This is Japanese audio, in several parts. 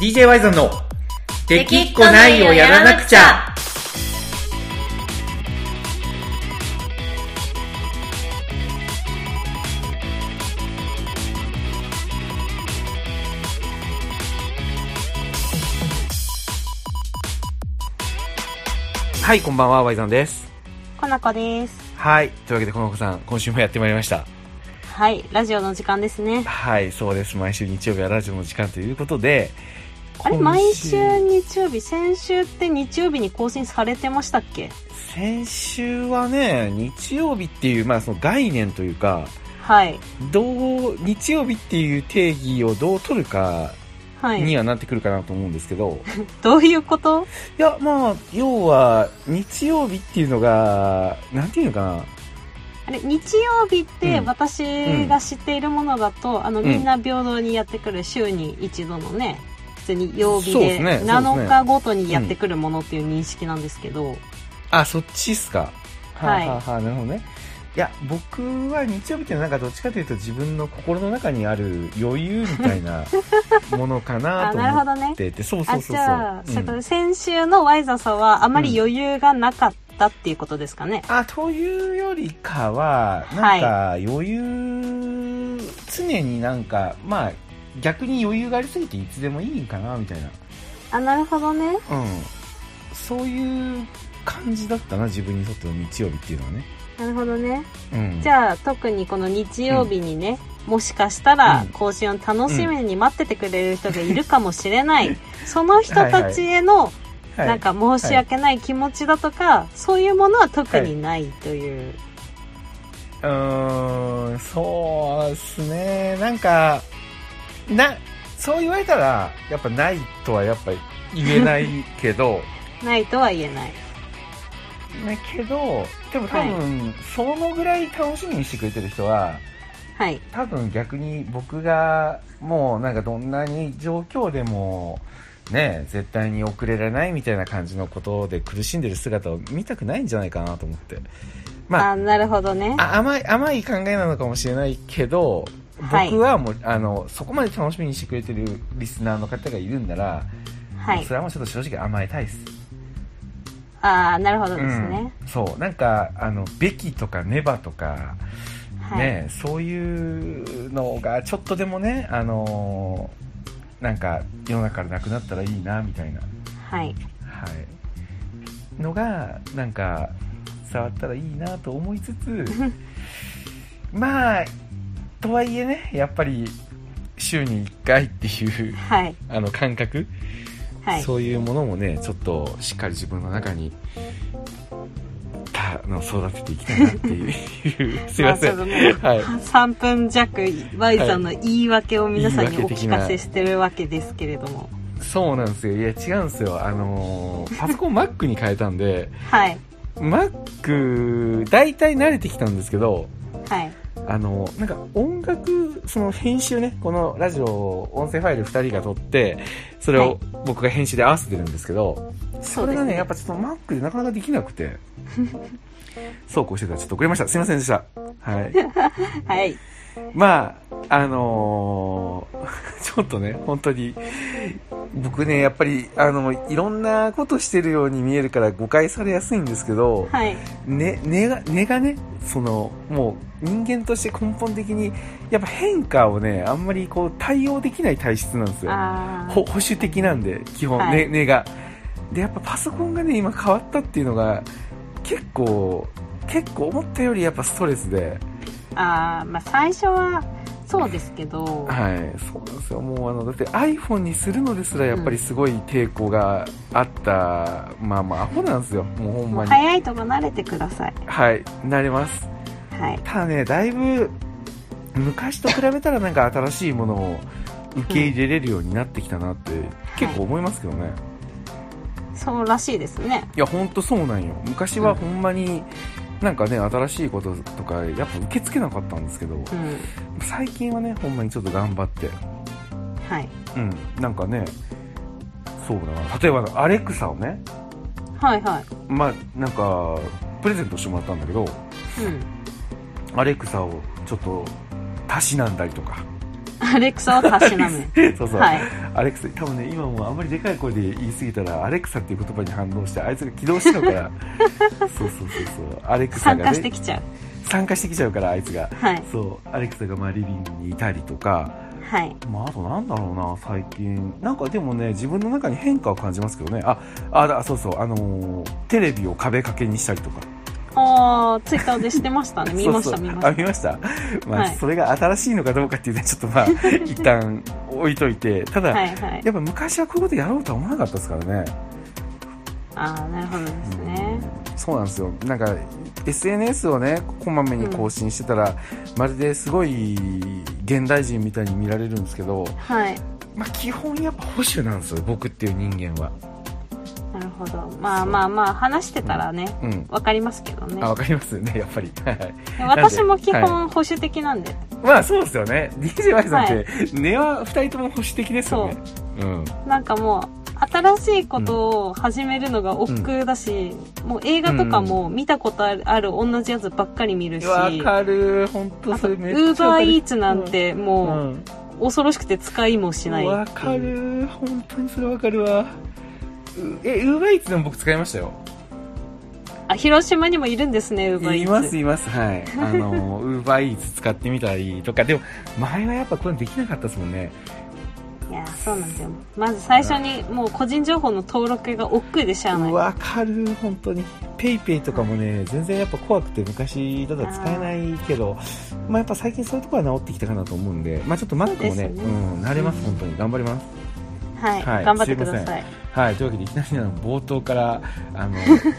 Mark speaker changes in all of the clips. Speaker 1: DJ ワイゾンの「できっこないをやらなくちゃ」はいこんばんはワイゾンです
Speaker 2: かなこです。
Speaker 1: はいというわけでこの子さん今週もやってまいりました
Speaker 2: はい、ラジオの時間ですね。
Speaker 1: はいそうです毎週日曜日はラジオの時間ということで
Speaker 2: あれ、
Speaker 1: 今
Speaker 2: 毎週日曜日、先週って日曜日に更新されてましたっけ
Speaker 1: 先週はね日曜日っていう、まあ、その概念というか
Speaker 2: はい。
Speaker 1: どう日曜日っていう定義をどう取るか
Speaker 2: は
Speaker 1: に
Speaker 2: い。
Speaker 1: はなってくるかなと思うんですけど、い、
Speaker 2: どういうこと
Speaker 1: やまあ要は日曜日っていうのがなんていうのかな
Speaker 2: あれ、日曜日って
Speaker 1: うん
Speaker 2: 私が知っているものだと、あの、
Speaker 1: ん
Speaker 2: みんな平等にやってくる週に一度のね、普通に曜日
Speaker 1: そうです
Speaker 2: で
Speaker 1: ねそうですね
Speaker 2: 7日ごとにやってくるものっていう認識なんですけど、
Speaker 1: あそっちっすか
Speaker 2: はい
Speaker 1: はあはあなるほどねいや僕は日曜日っていうのはなんかどっちかというと自分の心の中にある余裕みたい なものかな
Speaker 2: あ、
Speaker 1: と
Speaker 2: なる
Speaker 1: 思
Speaker 2: ほ
Speaker 1: っ
Speaker 2: どね。
Speaker 1: ててそうそ
Speaker 2: あ、
Speaker 1: うそうそう
Speaker 2: じゃあ、そういううこ
Speaker 1: ん
Speaker 2: とで先週のワイザさんはあまり余裕がなかったっていうことですかね。
Speaker 1: あというよりかはな
Speaker 2: は
Speaker 1: ん
Speaker 2: い
Speaker 1: か余裕、常になんかまあ逆に余裕がありすぎていつでもいいかなみたいな、
Speaker 2: あ、なるほどね。
Speaker 1: うん、そういう感じだったな自分にとっての日曜日っていうのはね、
Speaker 2: なるほどね。
Speaker 1: うん、
Speaker 2: じ
Speaker 1: あ
Speaker 2: ゃあ特にこの日曜日にね、もしかしたら
Speaker 1: うん
Speaker 2: 更新を楽しみに待っててくれる人がいるかもしれない、 その人たちへのなんか申し訳ない気持ちだとか、そういうものは特にないという、
Speaker 1: うーんそうですねなんかなそう言われたらやっぱないとはやっぱ言えないけど
Speaker 2: ないとは言えない
Speaker 1: ねけどでも多分、そのぐらい楽しみにしてくれてる人は
Speaker 2: はい
Speaker 1: 多分逆に僕がもうなんかどんなに状況でもね絶対に遅れられないみたいな感じのことで苦しんでる姿を見たくないんじゃないかなと思ってま
Speaker 2: あ
Speaker 1: あ
Speaker 2: なるほどね
Speaker 1: あ甘い甘い考えなのかもしれないけど
Speaker 2: はい
Speaker 1: 僕はもう、あのそこまで楽しみにしてくれてるリスナーの方がいるんなら、
Speaker 2: はい
Speaker 1: それはもうちょっと正直甘えたいです
Speaker 2: ああなるほどですね、
Speaker 1: うん、そうなんかあのべきとかねばとか
Speaker 2: はい、
Speaker 1: ね、そういうのがちょっとでもね、あのーなんか世の中からなくなったらいいなみたいな、は
Speaker 2: はい
Speaker 1: い、のがなんか伝わったらいいなと思いつ つまあとはいえねやっぱり週に1回っていう
Speaker 2: はい
Speaker 1: あの感覚、
Speaker 2: はい
Speaker 1: そういうものもねちょっとしっかり自分の中に。たあの育てていきたいなっていう すいません、
Speaker 2: あちょっとね
Speaker 1: はい、
Speaker 2: 3分弱 Y さんの言い訳を皆さんにお聞かせしてるわけですけれども
Speaker 1: そうなんですよ。いや、違うんですよ。あのーパソコン Mac に変えたんで、
Speaker 2: はい
Speaker 1: Mac、大体慣れてきたんですけど、
Speaker 2: はい
Speaker 1: あのーなんか音楽、その編集ね、このラジオを音声ファイル2人が撮って、それ
Speaker 2: は
Speaker 1: を
Speaker 2: い
Speaker 1: 僕が編集で合わせてるんですけど、
Speaker 2: そ
Speaker 1: そうれ
Speaker 2: で
Speaker 1: が
Speaker 2: す
Speaker 1: ね、
Speaker 2: ね
Speaker 1: やっぱちょっと Mac でなかなかできなくて、そうこうしてたらちょっと遅れました。すいませんでした。はい。
Speaker 2: はい
Speaker 1: まああのー ちょっとね本当に僕ねやっぱりあのいろんなことしてるように見えるから誤解されやすいんですけど、
Speaker 2: はい
Speaker 1: ね根が根がねそのもう人間として根本的にやっぱ変化をねあんまりこう対応できない体質なんですよ
Speaker 2: あー
Speaker 1: ほ保守的なんで基本、
Speaker 2: はい
Speaker 1: ね根がでやっぱパソコンがね今変わったっていうのが結構結構思ったよりやっぱストレスで。
Speaker 2: あーまあ最初はそうですけど、
Speaker 1: はい、そうなんですよ。もうあの、だって iPhone にするのですらやっぱりすごい抵抗があった、まあまあ、アホなんですよ。もうほん
Speaker 2: もう
Speaker 1: まに。
Speaker 2: 早いとこ慣れてください
Speaker 1: はい、なれます。
Speaker 2: はい
Speaker 1: ただね、だいぶ、昔と比べたらなんか新しいものを受け入れれるようになってきたなって結構思いますけどね。
Speaker 2: そうらしいですね
Speaker 1: いや、ほんとそうなんよ。昔はほんまに、なんかね、新しいこととか、やっぱ受け付けなかったんですけど、
Speaker 2: うん
Speaker 1: 最近はね、ほんまにちょっと頑張って、
Speaker 2: はい
Speaker 1: うん、なんかね、そうだな、例えばアレクサをね、
Speaker 2: はいは
Speaker 1: まあ、なんか、プレゼントしてもらったんだけど、
Speaker 2: い、うん、
Speaker 1: アレクサをちょっと、たしなんだりとか、
Speaker 2: アレクサをたしなむ
Speaker 1: そうそう、
Speaker 2: はい
Speaker 1: アレクサ多分ね今もあんまりでかい声で言い過ぎたらアレクサっていう言葉に反応してあいつが起動しちゃうから そうそうそうそうアレクサ
Speaker 2: 参
Speaker 1: が、
Speaker 2: 加して
Speaker 1: ね、
Speaker 2: きちゃう
Speaker 1: 参加してきちゃうからあいつが
Speaker 2: はい
Speaker 1: そうアレクサがまあリビングにいたりとか、
Speaker 2: はい
Speaker 1: まあ、あとなんだろうな最近なんかでもね自分の中に変化を感じますけどねああだそうそうあのーテレビを壁掛けにしたりとか
Speaker 2: ああツイッターでしてましたね見まし
Speaker 1: そう
Speaker 2: た
Speaker 1: そう
Speaker 2: 見ま
Speaker 1: あ
Speaker 2: し
Speaker 1: 見ました、まあ
Speaker 2: はい
Speaker 1: それが新しいのかどうかっていうねちょっとまあ一旦置いといてただ、
Speaker 2: たはいはい
Speaker 1: やっぱ昔はこういうことやろうとは思わなかったですからね
Speaker 2: ああなるほどですね
Speaker 1: うんそうなんですよなんか SNS をねこまめに更新してたら、まるですごい現代人みたいに見られるんですけど、
Speaker 2: はい
Speaker 1: まあ、基本やっぱ保守なんですよ僕っていう人間は
Speaker 2: なるほどまあまあまあ話してたらね
Speaker 1: うん
Speaker 2: わかりますけどね
Speaker 1: あわかりますよねやっぱり はいはい
Speaker 2: 私も基
Speaker 1: は
Speaker 2: 本保守的なんで、
Speaker 1: まあそうですよね DJY さんって、
Speaker 2: は
Speaker 1: 根は2人とも保守的ですよねうん
Speaker 2: なんかもう新しいことを始めるのが億劫だし、もう映画とかも見たことある,、ある同じやつばっかり見るし
Speaker 1: わかる本当
Speaker 2: あと
Speaker 1: それ
Speaker 2: ウ
Speaker 1: めっちゃ
Speaker 2: ー
Speaker 1: わかる
Speaker 2: バーイーツなんて
Speaker 1: う
Speaker 2: も
Speaker 1: ん
Speaker 2: う恐ろしくて使いもしない
Speaker 1: わかる本当にそれわかるわうえウーバーイーツでも僕使いましたよ
Speaker 2: あ広島にもいるんですねウーバーイ
Speaker 1: い
Speaker 2: ー
Speaker 1: ま
Speaker 2: ツ
Speaker 1: すいます はいあのウーバーイーツ使ってみたりとかでも前はやっぱこれできなかったですもんね
Speaker 2: いやそうなんですよまず最初にもう個人情報の登録が億劫でしゃあない
Speaker 1: わかる本当にペイペイとかもね全然やっぱ怖くて昔だと使えないけどまあやっぱ最近そういうところは治ってきたかなと思うんでまあちょっとマックも
Speaker 2: そう
Speaker 1: ね
Speaker 2: です
Speaker 1: う
Speaker 2: ね
Speaker 1: ん慣れます本当に頑張ります
Speaker 2: はい、
Speaker 1: はい
Speaker 2: 頑張ってくだ
Speaker 1: すい
Speaker 2: さい
Speaker 1: はいというわけでいきなりあの冒頭からあ の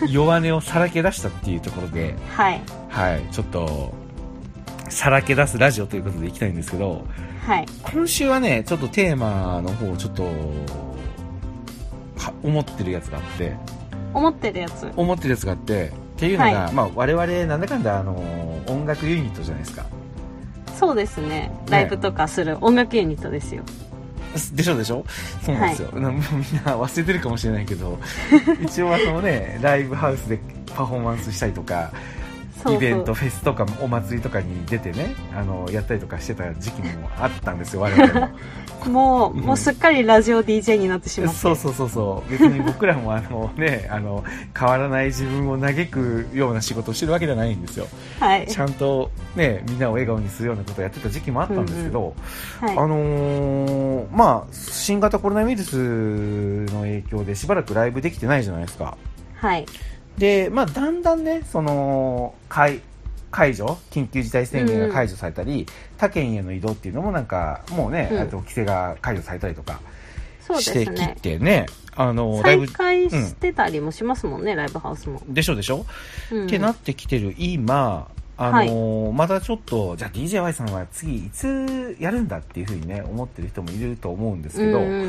Speaker 1: 弱音をさらけ出したっていうところで
Speaker 2: はい
Speaker 1: はいちょっとさらけ出すラジオということでいきたいんですけど
Speaker 2: はい
Speaker 1: 今週はねちょっとテーマの方をちょっとは思ってるやつがあって
Speaker 2: 思ってるやつ
Speaker 1: 思ってるやつがあってっていうのが、
Speaker 2: は
Speaker 1: まあ、我々なんだかんだあの音楽ユニットじゃないですか
Speaker 2: そうですねライブとかする音楽ユニットですよ、
Speaker 1: でしょでしょそうなんですよ、なもうみんな忘れてるかもしれないけ ど一応はそのねライブハウスでパフォーマンスしたりとか
Speaker 2: そうそう
Speaker 1: イベントフェスとかお祭りとかに出てねあのやったりとかしてた時期もあったんですよ我々も
Speaker 2: もう
Speaker 1: うん
Speaker 2: もうすっかりラジオ DJ になってしまって
Speaker 1: そうそうそうそう別に僕らもあの ねあの変わらない自分を嘆くような仕事をしてるわけじゃないんですよ
Speaker 2: はい
Speaker 1: ちゃんとねみんなを笑顔にするようなことをやってた時期もあったんですけど、あ
Speaker 2: は
Speaker 1: のーまあ、新型コロナウイルスの影響でしばらくライブできてないじゃないですか。
Speaker 2: い、はい、
Speaker 1: で、まあ、だんだんね、その、解、解除、緊急事態宣言が解除されたり、他県への移動っていうのもなんか、もうね、
Speaker 2: うん
Speaker 1: あと規制が解除されたりとか
Speaker 2: そうで
Speaker 1: し
Speaker 2: す
Speaker 1: てき
Speaker 2: ね
Speaker 1: てね、あのー、だい
Speaker 2: 再
Speaker 1: ぶ、
Speaker 2: 開してたりもしますもんね、ライブハウスも、
Speaker 1: でしょでしょ、
Speaker 2: うん
Speaker 1: ってなってきてる今、あのーまたちょっと、じゃあ DJY さんは次いつやるんだっていうふうにね、思ってる人もいると思うんですけど、
Speaker 2: うんうん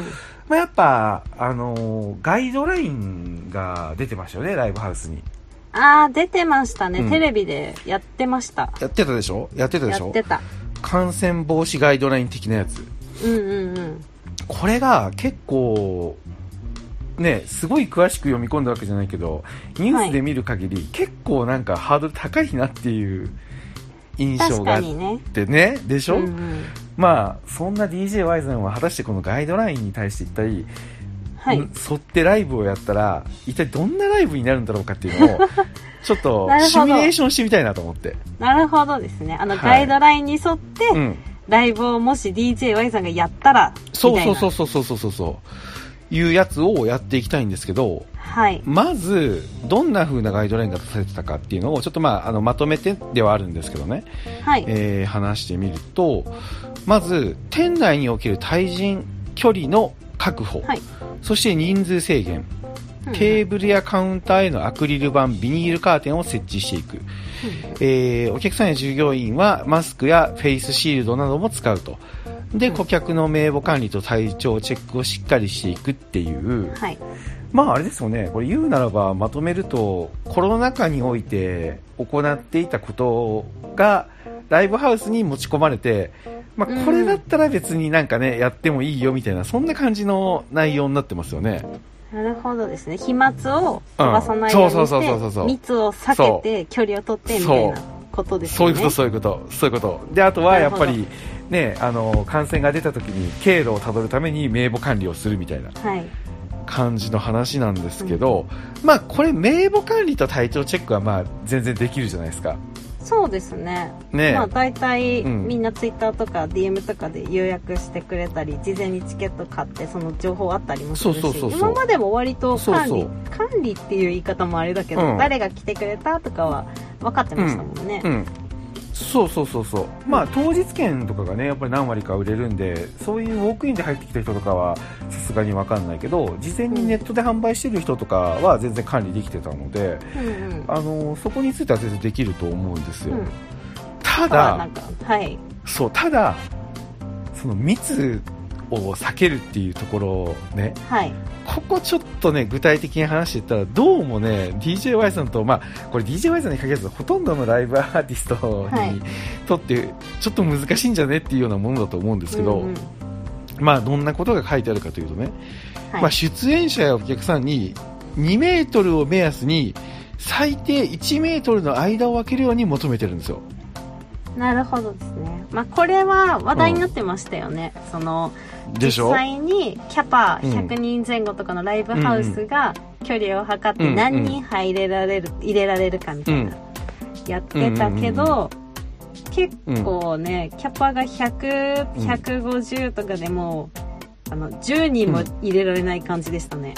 Speaker 1: まあ、やっぱ、あのーガイドラインが出てましたよね、ライブハウスに。
Speaker 2: ああ出てましたね、
Speaker 1: うん
Speaker 2: テレビでやってました
Speaker 1: やってたでしょやってたで
Speaker 2: や
Speaker 1: しょ
Speaker 2: ってた
Speaker 1: 感染防止ガイドライン的なやつ。
Speaker 2: うんうんうん
Speaker 1: これが結構、ね、すごい詳しく読み込んだわけじゃないけど、ニュースで見る限り、結構なんかハードル高いなっていう印象
Speaker 2: 確
Speaker 1: があ
Speaker 2: か
Speaker 1: っ
Speaker 2: にね
Speaker 1: てね、でしょ、
Speaker 2: うんうん
Speaker 1: まあ、そんな DJY さんは果たしてこのガイドラインに対して一体、
Speaker 2: はい、
Speaker 1: うん沿ってライブをやったら一体どんなライブになるんだろうかっていうのを ちょっと
Speaker 2: なるほど
Speaker 1: シミュレーションしてみたいなと思って、
Speaker 2: なるほどですねあの、
Speaker 1: はい
Speaker 2: ガイドラインに沿って、
Speaker 1: うん、
Speaker 2: ライブをもし DJY さんがやったら
Speaker 1: そうそう
Speaker 2: う
Speaker 1: そうそうそうそうそういうやつをやっていきたいんですけど
Speaker 2: はい
Speaker 1: まずどんな風なガイドラインが出されてたかっていうのをちょっとまああのまとめてではあるんですけどね、
Speaker 2: はい
Speaker 1: えー話してみるとまず店内における対人距離の確保、
Speaker 2: はい
Speaker 1: そして人数制限テーブルやカウンターへのアクリル板、ビニールカーテンを設置していく。えーお客さんや従業員はマスクやフェイスシールドなども使うと。で、顧客の名簿管理と体調チェックをしっかりしていくっていう。
Speaker 2: はい
Speaker 1: まああれですよね、これ言うならばまとめると、コロナ禍において行っていたことが、ライブハウスに持ち込まれて、まあこれだったら別になんかね、やってもいいよみたいな、そんな感じの内容になってますよね。
Speaker 2: なるほどですね飛沫を飛ばさないようにして、
Speaker 1: うんそうそうそうそうそうそう
Speaker 2: 密を避けて距離を取ってみたいな
Speaker 1: そう
Speaker 2: ことです
Speaker 1: そう
Speaker 2: よ
Speaker 1: いう
Speaker 2: ね。
Speaker 1: こと、そういうこと、そういうこと。で、あとはやっぱ
Speaker 2: なる
Speaker 1: り、ね、あの、感染が出た時に経路をたどるために名簿管理をするみたいな
Speaker 2: はい。
Speaker 1: 感じの話なんですけど、まあ、これ、名簿管理と体調チェックは、まあ、全然できるじゃないですか。
Speaker 2: そうですね。
Speaker 1: ね
Speaker 2: まあ大体
Speaker 1: うん
Speaker 2: みんなツイッターとか DM とかで予約してくれたり、事前にチケット買ってその情報あったりもするし
Speaker 1: そうそうそうそう
Speaker 2: 今までも割と管理
Speaker 1: そうそう
Speaker 2: 管理っていう言い方もあれだけど、
Speaker 1: うん
Speaker 2: 誰が来てくれたとかは分かってましたもんね、
Speaker 1: うん、そうそうそうそう、まあ当日券とかがねやっぱり何割か売れるんでそういうウォークインで入ってきた人とかはさすがに分かんないけど事前にネットで販売してる人とかは全然管理できてたので、
Speaker 2: うんうん
Speaker 1: あのそこについては全然できると思うんですよ、
Speaker 2: うん
Speaker 1: た
Speaker 2: ただな
Speaker 1: だ
Speaker 2: んかはい
Speaker 1: そうただその密を避けるっていうところをね
Speaker 2: はい
Speaker 1: ここちょっとね具体的に話していったらどうもね DJY さんと、まあ、これ DJY さんに限らずほとんどのライブアーティストに、
Speaker 2: はい
Speaker 1: とってちょっと難しいんじゃねっていうようなものだと思うんですけど、
Speaker 2: うんうん
Speaker 1: まあ、どんなことが書いてあるかというとね、
Speaker 2: はい
Speaker 1: まあ、出演者やお客さんに2メートルを目安に最低1メートルの間を空けるように求めてるんですよ。
Speaker 2: なるほどですね、まあ、これは話題になってましたよね、その
Speaker 1: でしょ
Speaker 2: 実際にキャパ
Speaker 1: うん
Speaker 2: 100人前後とかのライブハウスが距離を測っ
Speaker 1: うん
Speaker 2: て
Speaker 1: うん
Speaker 2: 何人入れられる、入れられるかみたいな、
Speaker 1: う
Speaker 2: やってたけ
Speaker 1: うんうん
Speaker 2: ど、結構ねキャパが100150とかでもうあの10人も入れられない感じでしたね、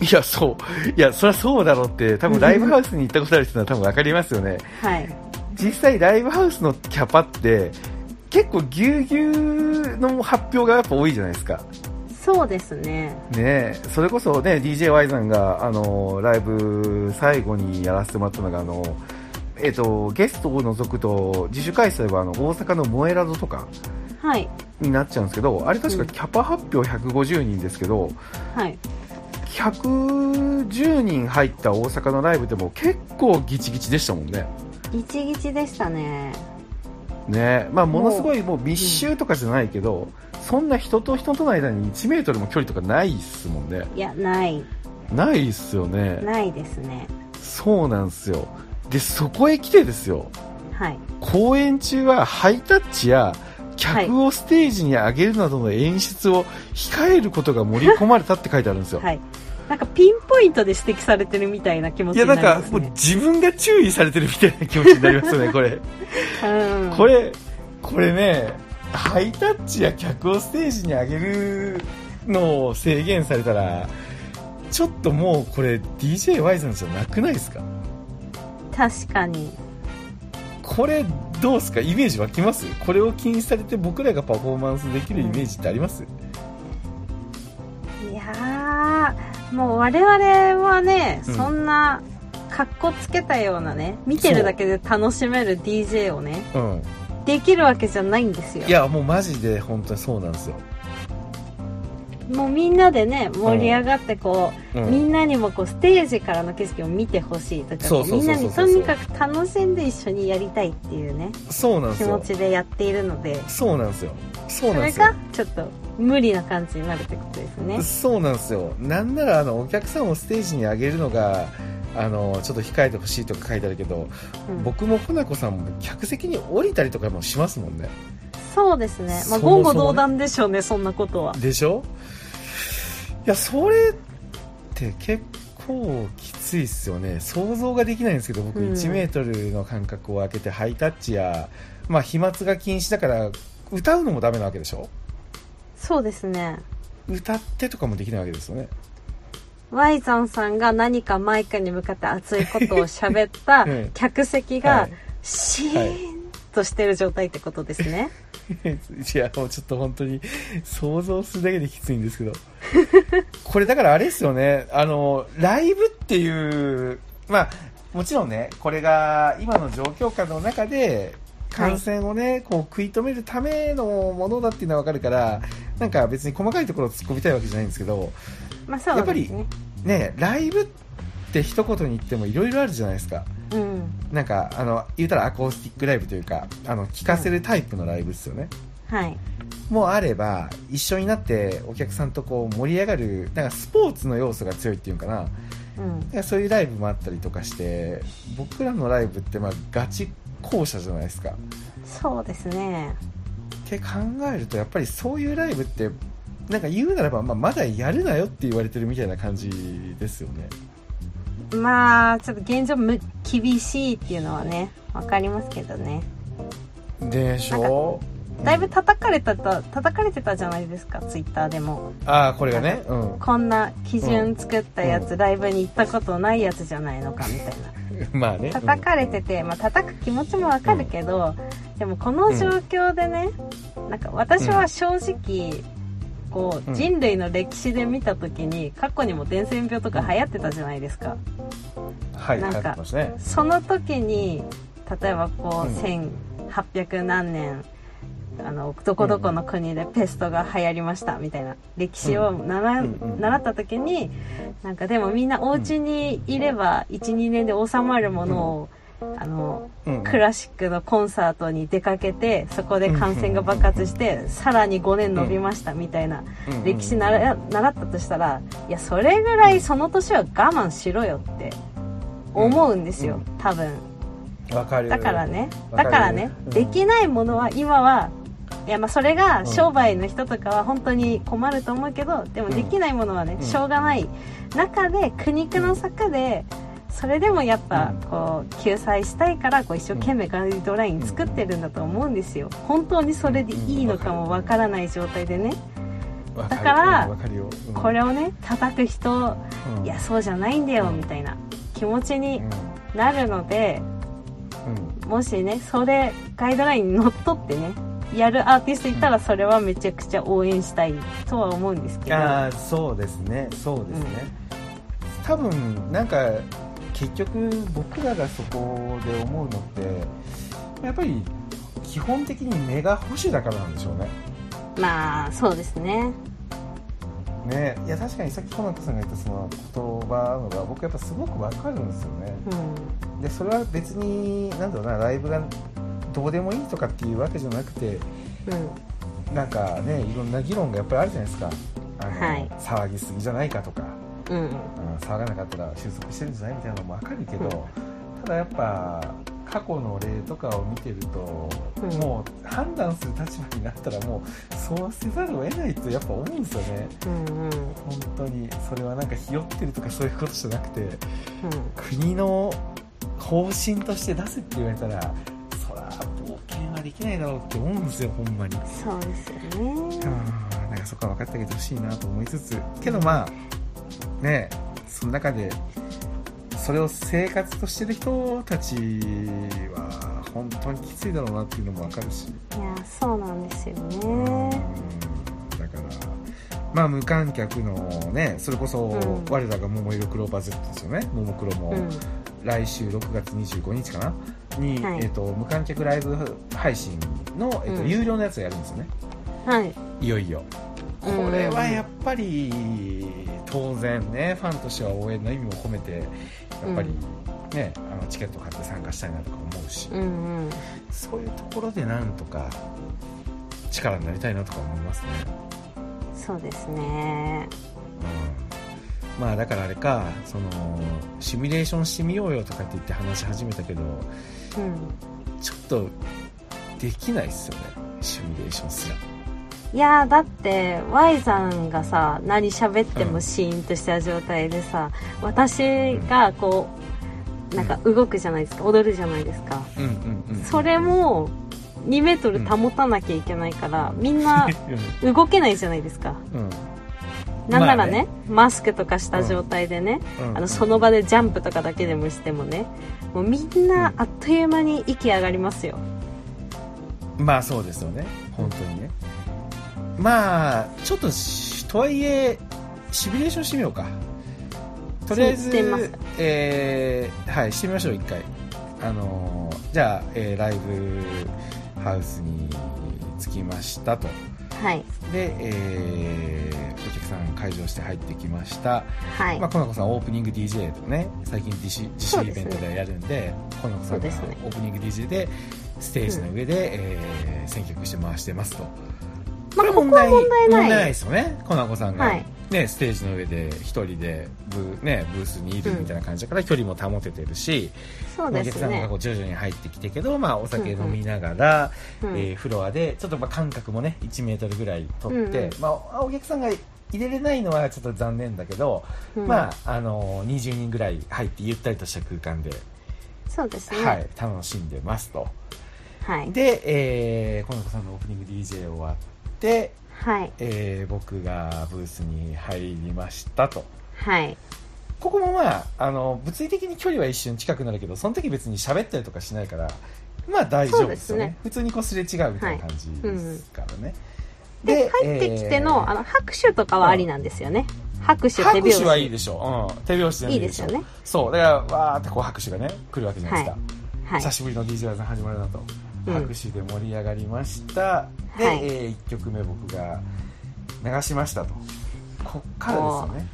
Speaker 1: いや、そう。いや、そりゃそうだろうって、多分ライブハウスに行ったことある人は多分わかりますよね。
Speaker 2: はい
Speaker 1: 実際ライブハウスのキャパって結構ぎゅうぎゅうの発表がやっぱ多いじゃないですか。
Speaker 2: そうですね
Speaker 1: ねえ、それこそね、DJY さんが、あの、ライブ最後にやらせてもらったのが、あの、えっ、と、ゲストを除くと、自主開催はあの大阪の萌えラドとか
Speaker 2: はい
Speaker 1: になっちゃうんですけど、あれ確
Speaker 2: う
Speaker 1: か
Speaker 2: ん
Speaker 1: キャパ発表150人ですけど、
Speaker 2: はい
Speaker 1: 110人入った大阪のライブでも結構ギチギチでしたもんね。
Speaker 2: ギチギチでしたね
Speaker 1: ねまあ、ものすごいもう密集とかじゃないけど、そんな人と人との間に1メートルも距離とかないっすもんね。
Speaker 2: いやない
Speaker 1: ないっすよね。
Speaker 2: ないですね
Speaker 1: そうなんですよ。で、そこへ来てですよ。
Speaker 2: はい
Speaker 1: 公演中はハイタッチや客をステージに上げるなどの演出を控えることが盛り込まれたって書いてあるんですよ。
Speaker 2: はい。なんかピンポイントで指摘されてるみたいな気持ち
Speaker 1: いや、
Speaker 2: に
Speaker 1: な
Speaker 2: なんりま
Speaker 1: か
Speaker 2: す
Speaker 1: もう
Speaker 2: ね。
Speaker 1: 自分が注意されてるみたいな気持ちになりますよね、これ。
Speaker 2: うん
Speaker 1: これ、これね、ハイタッチや客をステージに上げるのを制限されたら、ちょっともうこれ DJY さんじゃなくないですか
Speaker 2: 確かに。
Speaker 1: これどうですかイメージ湧きますこれを禁止されて僕らがパフォーマンスできるイメージってあります、
Speaker 2: いやー、もう我々はね、
Speaker 1: うん
Speaker 2: そんな、格好つけたようなね、見てるだけで楽しめる DJ をね、
Speaker 1: うん、
Speaker 2: できるわけじゃないんですよ
Speaker 1: い。や、もうマジで本当にそうなんですよ。
Speaker 2: もうみんなでね、盛り上がってこ
Speaker 1: う
Speaker 2: う、
Speaker 1: ん
Speaker 2: みんなにもこう、ステージからの景色を見てほしいと
Speaker 1: そう
Speaker 2: か、
Speaker 1: そう
Speaker 2: みん
Speaker 1: そう
Speaker 2: な
Speaker 1: そう
Speaker 2: にとにかく楽しんで一緒にやりたいっていうね、
Speaker 1: そうなんです
Speaker 2: 気
Speaker 1: よ
Speaker 2: 持。ちでやっているので、
Speaker 1: そうなんですよ。そう
Speaker 2: そ
Speaker 1: なん
Speaker 2: れ
Speaker 1: ですよ
Speaker 2: が。ちょっと無理な感じになるってことですね。
Speaker 1: そうなんですよ。なんならあのお客さんをステージに上げるのが、あのちょっと控えてほしいとか書いてあるけど、
Speaker 2: うん
Speaker 1: 僕もコナコさんも客席に降りたりとかもしますもんね
Speaker 2: そうですね。ま
Speaker 1: そもそ
Speaker 2: あ、
Speaker 1: も
Speaker 2: 言
Speaker 1: ね
Speaker 2: 語道断でしょうね、そんなことは。
Speaker 1: でしょいやそれって結構きついっすよね想像ができないんですけど僕
Speaker 2: うん
Speaker 1: 1メートルの間隔を空けてハイタッチや、まあ飛沫が禁止だから歌うのもダメなわけでしょ
Speaker 2: そうですね。
Speaker 1: 歌ってとかもできないわけですよね
Speaker 2: Y ザンさんが何かマイクに向かって熱いことを喋っ た
Speaker 1: うん
Speaker 2: 客席
Speaker 1: は
Speaker 2: が
Speaker 1: い
Speaker 2: シーンとしてる状態ってことですね。
Speaker 1: いやもうちょっと本当に想像するだけできついんですけど これだからあれですよねあのライブっていうまあもちろんねこれが今の状況下の中で感染をね、こう食い止めるためのものだっていうのはわかるからなんか別に細かいところを突っ込みたいわけじゃないんですけど
Speaker 2: まあそうですね。
Speaker 1: ねライブって一言に言ってもいろいろあるじゃないですか
Speaker 2: うん。
Speaker 1: なんかあの言うたらアコースティックライブというかあの聞かせるタイプのライブですよね、
Speaker 2: はい。
Speaker 1: もあれば一緒になってお客さんとこう盛り上がるなんかスポーツの要素が強いっていうのかななん
Speaker 2: うん。
Speaker 1: かそういうライブもあったりとかして僕らのライブってまあガチ後者じゃないですかっ
Speaker 2: そうですね
Speaker 1: て考えるとやっぱりそういうライブってなんか言うならば、まあ、まだやるなよって言われてるみたいな感じですよね
Speaker 2: まあちょっと現状む厳しいっていうのはねわかりますけどね
Speaker 1: でしょ
Speaker 2: だいぶ叩かれたと叩かれてたじゃないですかツイッターでも
Speaker 1: ああこれがねうん
Speaker 2: こんな基準作ったやつ、
Speaker 1: うん
Speaker 2: ライブに行ったことないやつじゃないのかみたいな
Speaker 1: まあね
Speaker 2: 叩かれてて、まあ、叩く気持ちもわかるけど、でもこの状況でね、なんか私は正直、こ
Speaker 1: う
Speaker 2: うん人類の歴史で見た時に過去にも伝染病とか流行ってたじゃないですか
Speaker 1: うんはい
Speaker 2: なんか
Speaker 1: 流行ってますね
Speaker 2: その時に例えばこ
Speaker 1: う
Speaker 2: う、
Speaker 1: ん
Speaker 2: 1800何年あのどこどこの国でペストが流行りましたみたいな歴史を習,、
Speaker 1: うんうん
Speaker 2: 習った時になんかでもみんなお家にいれば12年で収まるものを、あの
Speaker 1: うん
Speaker 2: クラシックのコンサートに出かけてそこで感染が爆発してさらに5年伸びましたみたいな
Speaker 1: うん
Speaker 2: 歴史なら習ったとしたらいやそれぐらいその年は我慢しろよって思うんですよ多分
Speaker 1: わかる
Speaker 2: だからね
Speaker 1: わか
Speaker 2: だ
Speaker 1: る
Speaker 2: からね
Speaker 1: うん
Speaker 2: できないものは今はいやまあそれが商売の人とかは本当に困ると思うけどでも
Speaker 1: うん
Speaker 2: できないものはね
Speaker 1: うん
Speaker 2: しょうがない中で苦肉の策でそれでもやっぱこう救済したいからこう一生懸命ガイドライン作ってるんだと思うんですよ本当にそれでいいのかもわからない状態でね
Speaker 1: わ
Speaker 2: だから
Speaker 1: わかるようん
Speaker 2: これをね叩く人
Speaker 1: うん
Speaker 2: いやそうじゃないんだよみたいな気持ちになるので
Speaker 1: うんうん
Speaker 2: もしねそれガイドラインにのっとってねやるアーティストいたらそれはめちゃくちゃ応援したいとは思うんですけど
Speaker 1: ああそうですねそうですね、多分なんか結局僕らがそこで思うのってやっぱり基本的にメガ保守だからなんでしょうね
Speaker 2: まあそうですね
Speaker 1: ねいや確かにさっき小中さんが言ったその言葉のが僕やっぱすごくわかるんですよね
Speaker 2: うん
Speaker 1: でそれは別になんだろうなライブがどうでもいいとかっていうわけじゃなくて
Speaker 2: うん
Speaker 1: なんかねいろんな議論がやっぱりあるじゃないですかあの、
Speaker 2: はい
Speaker 1: 騒ぎすぎじゃないかとか
Speaker 2: うん
Speaker 1: うん騒がなかったら収束してるんじゃないみたいなのも分かるけど、ただやっぱ過去の例とかを見てると、
Speaker 2: うん
Speaker 1: もう判断する立場になったらもうそうせざるを得ないとやっぱ思うんですよね
Speaker 2: うんうんうん
Speaker 1: 本当にそれはなんかひよってるとかそういうことじゃなくて国の方針として出せって言われたらそら冒険はできないだろうって思うんですよほんまに。
Speaker 2: そうですよ
Speaker 1: う
Speaker 2: ね
Speaker 1: んなんかそこは分かってあげてほしいなと思いつつけどまあねえその中でそれを生活としてる人たちは本当にきついだろうなっていうのも分かるし、
Speaker 2: いやそうなんですよ
Speaker 1: うん
Speaker 2: ね
Speaker 1: だからまあ無観客のねそれこそ
Speaker 2: うん
Speaker 1: 我らが桃色クローバー Z ですよねももクロも、
Speaker 2: うん
Speaker 1: 来週6月25日かなに、
Speaker 2: はい
Speaker 1: えっと無観客ライブ配信の、えっと
Speaker 2: うん
Speaker 1: 有料のやつをやるんですよね
Speaker 2: はい
Speaker 1: いよいよこ
Speaker 2: うん
Speaker 1: れはやっぱり当然ねファンとしては応援の意味も込めてやっぱりね、あのチケット買って参加したいなとか思うし、
Speaker 2: うんうん
Speaker 1: そういうところでなんとか力になりたいなとか思いますね、
Speaker 2: そうですね
Speaker 1: うん、まあだからあれかそのシミュレーションしてみようよとかって言って話し始めたけど
Speaker 2: うん
Speaker 1: ちょっとできないっすよねシミュレーションすら
Speaker 2: いやーだって Y さんがさ何喋ってもシーンとした状態でさ、私がこうなんか動くじゃないですか踊るじゃないですか
Speaker 1: うんうんうん
Speaker 2: それも2メートル保たなきゃいけないから、みんな動けないじゃないで すか
Speaker 1: うん、うん
Speaker 2: なんならね,、
Speaker 1: まあね
Speaker 2: マスクとかした状態でね、
Speaker 1: うん、
Speaker 2: あのその場でジャンプとかだけでもしてもねもうみんなあっという間に息上がりますよ
Speaker 1: まあそうですよね本当にねまあちょっとしとはいえシミュレーションしてみようかとりあえず
Speaker 2: してみますか
Speaker 1: えーはいしてみましょう一回あのーじゃあ、えーライブハウスに着きましたと
Speaker 2: はい
Speaker 1: で、えーお客さん会場して入ってきました、
Speaker 2: はい、
Speaker 1: まあ、コナコさんオープニング DJ とかね最近自主自
Speaker 2: そう
Speaker 1: 主イ
Speaker 2: です
Speaker 1: ベ
Speaker 2: ね
Speaker 1: ントでやるんでコナコさんがオ
Speaker 2: そうですね
Speaker 1: ープニング DJ でステージの上で、えー選曲して回してますと、これ
Speaker 2: ここは問題ない
Speaker 1: ですよねコナコさんが、
Speaker 2: はい
Speaker 1: ね、ステージの上で一人でブ,、ね、ブースにいるみたいな感じだから距離も保ててるし、
Speaker 2: そう
Speaker 1: まあお
Speaker 2: で
Speaker 1: 客
Speaker 2: す
Speaker 1: さんが
Speaker 2: ね
Speaker 1: こう徐々に入ってきてけど、まあ、お酒飲みながら、
Speaker 2: うん
Speaker 1: えーフロアでちょっとまあ間隔もね1メートルぐらい取って、
Speaker 2: うんう
Speaker 1: まあ、お客さんが入れれないのはちょっと残念だけど、
Speaker 2: うん
Speaker 1: まあ、あのー20人ぐらい入ってゆったりとした空間で、
Speaker 2: そうですね
Speaker 1: は、い、楽しんでますと。
Speaker 2: はい
Speaker 1: で、えー、この子さんのオープニング DJ 終わって、
Speaker 2: はい
Speaker 1: えー僕がブースに入りましたと。
Speaker 2: はい
Speaker 1: ここもまあ、あの、物理的に距離は一瞬近くなるけど、その時別に喋ったりとかしないから、まあ大丈夫ですよね。
Speaker 2: そうですね
Speaker 1: 普通にこうすれ違うみたいな感じですからね。
Speaker 2: で入ってきての,、あ
Speaker 1: の、
Speaker 2: の拍手とかはありなんですよね、拍手手
Speaker 1: 拍
Speaker 2: 拍
Speaker 1: 手
Speaker 2: 子
Speaker 1: はいいでしょう。うん。手拍子でも
Speaker 2: い
Speaker 1: い
Speaker 2: い
Speaker 1: いで
Speaker 2: です
Speaker 1: しょ
Speaker 2: よね
Speaker 1: そう。だから、わーってこう拍手がね、来るわけじゃないですか。
Speaker 2: はい
Speaker 1: 久しぶりの DJ 技始まるなと。
Speaker 2: うん
Speaker 1: 拍手で盛り上がりました。で、
Speaker 2: はい
Speaker 1: え1曲目僕が流しましたと。こっからですよね。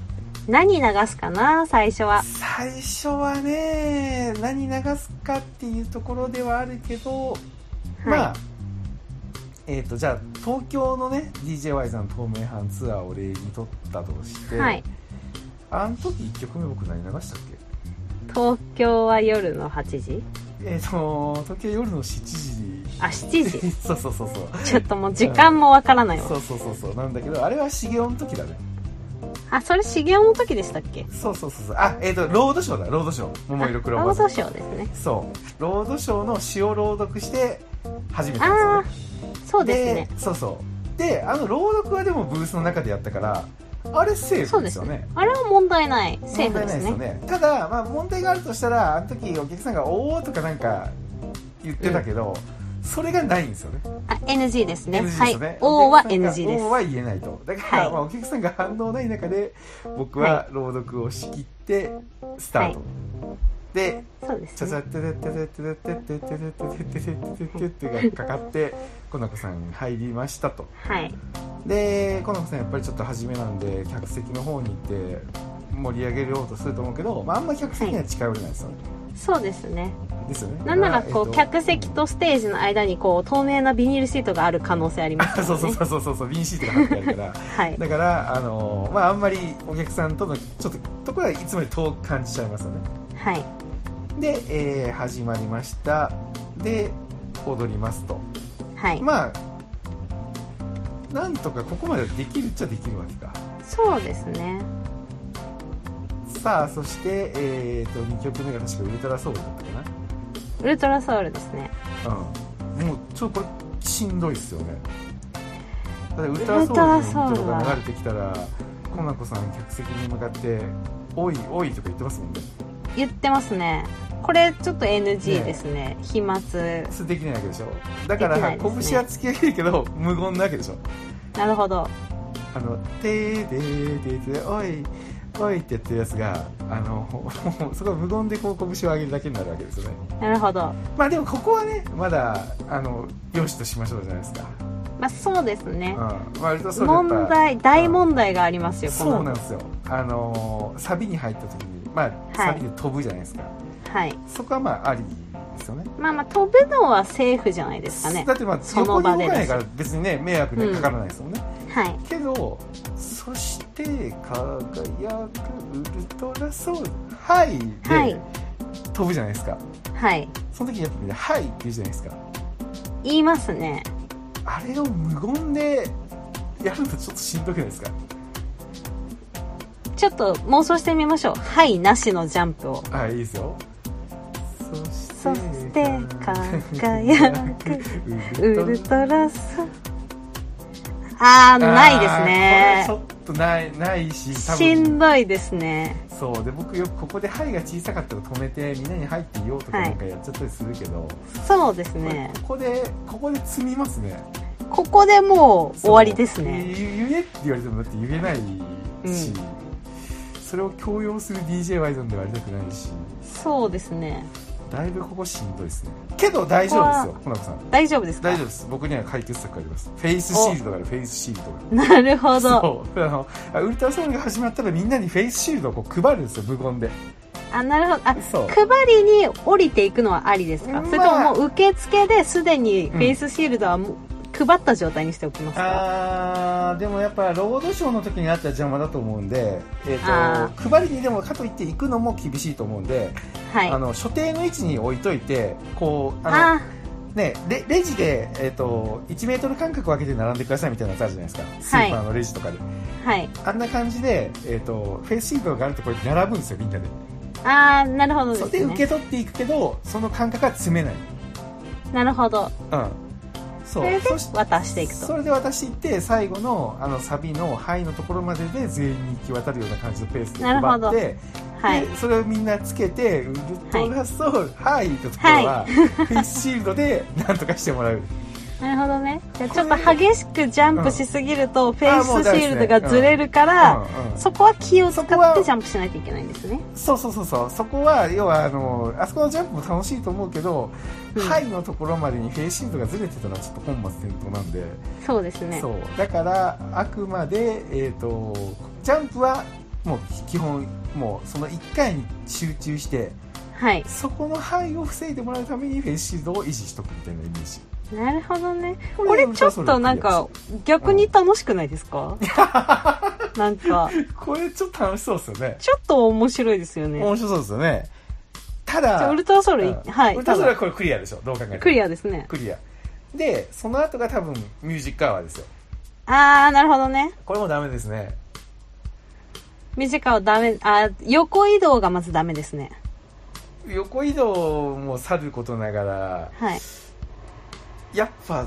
Speaker 2: 何流すかな最初は
Speaker 1: 最初はね何流すかっていうところではあるけど、まあえー、とじゃあ東京のね DJY さん透明版ツアーを例にとったとして、
Speaker 2: はい
Speaker 1: あの時1曲目僕何流したっけ
Speaker 2: 東京は夜の8時
Speaker 1: えっ、と東京夜の7時
Speaker 2: あ7時
Speaker 1: そうそうそうそう
Speaker 2: ちょっともう時間もわからない
Speaker 1: そ
Speaker 2: わ
Speaker 1: うそうそうそうなんだけどあれは茂雄の時だね
Speaker 2: あそれ茂雄の時でしたっけ
Speaker 1: そうそうそうそうあえっ、とロードショーだロードショー桃色黒
Speaker 2: 労
Speaker 1: バ
Speaker 2: 働省ですね
Speaker 1: そうロードショーの詩を朗読して初めてですよね
Speaker 2: そうですね
Speaker 1: そうそうであの朗読はでもブースの中でやったからあれセー
Speaker 2: そう
Speaker 1: フ
Speaker 2: で
Speaker 1: です
Speaker 2: す
Speaker 1: よ
Speaker 2: ね
Speaker 1: ね
Speaker 2: あれは問題ないセー
Speaker 1: 問題
Speaker 2: フ
Speaker 1: な
Speaker 2: です
Speaker 1: いです
Speaker 2: ね
Speaker 1: よねただ、まあ、問題があるとしたらあの時お客さんが「おお」とかなんか言ってたけど、それがないんですよね。
Speaker 2: あ NG ですね
Speaker 1: NG です
Speaker 2: はい
Speaker 1: よね。
Speaker 2: O は
Speaker 1: お客さんが
Speaker 2: NG です
Speaker 1: O は言えないと。だから、
Speaker 2: はい
Speaker 1: まあ、お客さんが反応ない中で、僕は朗読を仕切って、スタート。で、
Speaker 2: そうです
Speaker 1: ちゃち
Speaker 2: ね
Speaker 1: ゃっててててててててててててててがかかって、この子さん入りましたと。
Speaker 2: はい
Speaker 1: でこの子さんやっぱりちょっと初めなんで客席の方に行って盛り上げようとすると思うけど、まあ、あんま客席には近寄れないですよね。
Speaker 2: そうですね
Speaker 1: ですよね。
Speaker 2: なんならこう
Speaker 1: だから
Speaker 2: 客席。とステージの間にこう透明なビニールシートがある可能性あり
Speaker 1: え
Speaker 2: ま
Speaker 1: っ
Speaker 2: す
Speaker 1: とあ
Speaker 2: から
Speaker 1: そうそう
Speaker 2: ね
Speaker 1: そうそうそうそうビンシートが貼ってあるから
Speaker 2: はい
Speaker 1: だからあのーまああんまりお客さんとのちょっとところはいつもより遠く感じちゃいますよね
Speaker 2: はい
Speaker 1: で、えー始まりましたで踊りますと
Speaker 2: はい
Speaker 1: まあなんとかここまでできるっちゃできるわけか
Speaker 2: そうですね
Speaker 1: さあそして、えー、と2曲目が確かウルトラソウルだったかな
Speaker 2: ウルトラソウルですね
Speaker 1: うんもうちょっとこれしんどいっすよねだってウルト
Speaker 2: ウルトラ
Speaker 1: ラ
Speaker 2: ソ
Speaker 1: ソ
Speaker 2: ウ
Speaker 1: ウ
Speaker 2: ル
Speaker 1: ルの
Speaker 2: は
Speaker 1: 音が流れてきたらコナコさん客席に向かって「おいおい」とか言ってますもんね
Speaker 2: 言ってますねこれちょっと NG ですね飛沫
Speaker 1: それできないわけでしょだか
Speaker 2: できな
Speaker 1: ら、
Speaker 2: いですね
Speaker 1: 拳は突き上げるけど無言なわけでしょ
Speaker 2: なるほど
Speaker 1: あの「てーでーでーでーおいおい」ってやってるやつがあの そこは無言でこう拳を上げるだけになるわけですよね
Speaker 2: なるほど
Speaker 1: まあでもここはねまだあの良しとしましょうじゃないですか、
Speaker 2: まあそうですね
Speaker 1: うん、まあウルトラソウルやっ
Speaker 2: 問
Speaker 1: ぱ
Speaker 2: 題大問題がありますよこ
Speaker 1: そう
Speaker 2: の
Speaker 1: なんですよあのーサビに入った時にまあ、サビで飛ぶじゃないですか
Speaker 2: はい
Speaker 1: そこはまあありですよね
Speaker 2: まあまあ飛ぶのはセーフじゃないですかね
Speaker 1: だってまあ
Speaker 2: その
Speaker 1: 横に動か
Speaker 2: 場で
Speaker 1: ないから別にね迷惑にはかからないですもんね、
Speaker 2: はい
Speaker 1: けどそして輝くウルトラソウルはいで、
Speaker 2: はい
Speaker 1: 飛ぶじゃないですか
Speaker 2: はい
Speaker 1: その時やっぱね「はい」って言うじゃないですか
Speaker 2: 言いますね
Speaker 1: あれを無言でやるのちょっとしんどくないですか
Speaker 2: ちょっと妄想してみましょうはいなしのジャンプを
Speaker 1: あいいですよそして
Speaker 2: そして輝くウルトラソウルあーないです
Speaker 1: あー
Speaker 2: ね
Speaker 1: これちょっとないないし多
Speaker 2: しん
Speaker 1: 分
Speaker 2: どいですね
Speaker 1: そうで僕よくここで「はい」が小さかったら止めてみんなに「はい」って言おうとか
Speaker 2: はい
Speaker 1: なんかやっちゃったりするけど、
Speaker 2: そうです
Speaker 1: これ
Speaker 2: ね
Speaker 1: ここでここで積みますね
Speaker 2: ここでもう終わりです
Speaker 1: そう
Speaker 2: ね
Speaker 1: 言言えって言われてもだって言えないし、それを強要する DJ ワイドンではありたくないし
Speaker 2: そうですね
Speaker 1: だいぶここしんどいですねけど大丈夫ですよ
Speaker 2: こ
Speaker 1: コナコさん
Speaker 2: 大丈夫ですか
Speaker 1: 大丈夫です僕には解決策ありますフェイスシールドがあるフェイスシールドがある
Speaker 2: なるほど
Speaker 1: そうあのあウルトラソウルが始まったらみんなにフェイスシールドをこう配るんですよ無言で
Speaker 2: あなるほどあ
Speaker 1: そう
Speaker 2: 配りに降りていくのはありですか、
Speaker 1: まあ
Speaker 2: それとももう受付ですでにフェイスシールドはもう配った状態にしておきますか
Speaker 1: あーでもやっぱロードショーの時にあった邪魔だと思うんで、え
Speaker 2: あ
Speaker 1: ー、と配りにでもかといって行くのも厳しいと思うんで、
Speaker 2: はい
Speaker 1: あの所定の位置に置いといてこうあの
Speaker 2: あ
Speaker 1: ねレレジで、えー、と1メートル間隔を空けて並んでくださいみたいなやつあるじゃないですか、
Speaker 2: はい
Speaker 1: スーパーのレジとかで
Speaker 2: ーはい
Speaker 1: あんな感じで、えー、とフェイスシールドがあるとこうやって並ぶんですよみんなで
Speaker 2: あーなるほどで
Speaker 1: それ
Speaker 2: す
Speaker 1: で受け
Speaker 2: ね
Speaker 1: 取っていくけどその間隔は詰めない
Speaker 2: なるほど
Speaker 1: うんそ
Speaker 2: そうれで
Speaker 1: そし
Speaker 2: 渡していくと
Speaker 1: それで私行って最後のあのサビの「はい」のところまでで全員に行き渡るような感じのペースで
Speaker 2: なるほ
Speaker 1: 配
Speaker 2: ど
Speaker 1: って、
Speaker 2: はい
Speaker 1: でそれをみんなつけてウルトラソウル「はい」ってところは、フェイスシールドでなんとかしても らう
Speaker 2: なるほどねじゃあちょっと激しくジャンプしすぎるとフェ
Speaker 1: あーもう
Speaker 2: イ
Speaker 1: ダ
Speaker 2: ス
Speaker 1: メ
Speaker 2: シ
Speaker 1: ですね
Speaker 2: ールドがずれるから
Speaker 1: うんうん
Speaker 2: そこは気を使っ
Speaker 1: そこは
Speaker 2: てジャンプしないといけないんですね
Speaker 1: そうそうそうそうそこは要はあのあそこのジャンプも楽しいと思うけど「
Speaker 2: うん
Speaker 1: はい」のところまでにフェイスシールドがずれてたらちょっと本末転倒なんで、
Speaker 2: そうですね
Speaker 1: そうだからあくまで、えー、とジャンプはもう基本もうその1回に集中して
Speaker 2: はい
Speaker 1: そこの範囲を防いでもらうためにフェイスシールドを維持しとくみたいなイメージ
Speaker 2: なるほどね
Speaker 1: こ
Speaker 2: これちょっとなんか逆に楽しくないですかなんか
Speaker 1: これちょっと楽しそうですよね
Speaker 2: ちょっと面白いですよね
Speaker 1: 面白そうですよねた
Speaker 2: じゃ
Speaker 1: だ
Speaker 2: あウルトラソウルい、
Speaker 1: うん
Speaker 2: はい
Speaker 1: ウルトラソウルは
Speaker 2: た
Speaker 1: これクリアでしょどう考えて
Speaker 2: だ
Speaker 1: も
Speaker 2: クリアですね
Speaker 1: クリアでその後が多分ミュージックアワーですよ
Speaker 2: ああなるほどね
Speaker 1: これもダメですね
Speaker 2: 短はダメあー横移動がまずダメですね
Speaker 1: 横移動もさることながら
Speaker 2: はい
Speaker 1: やっぱ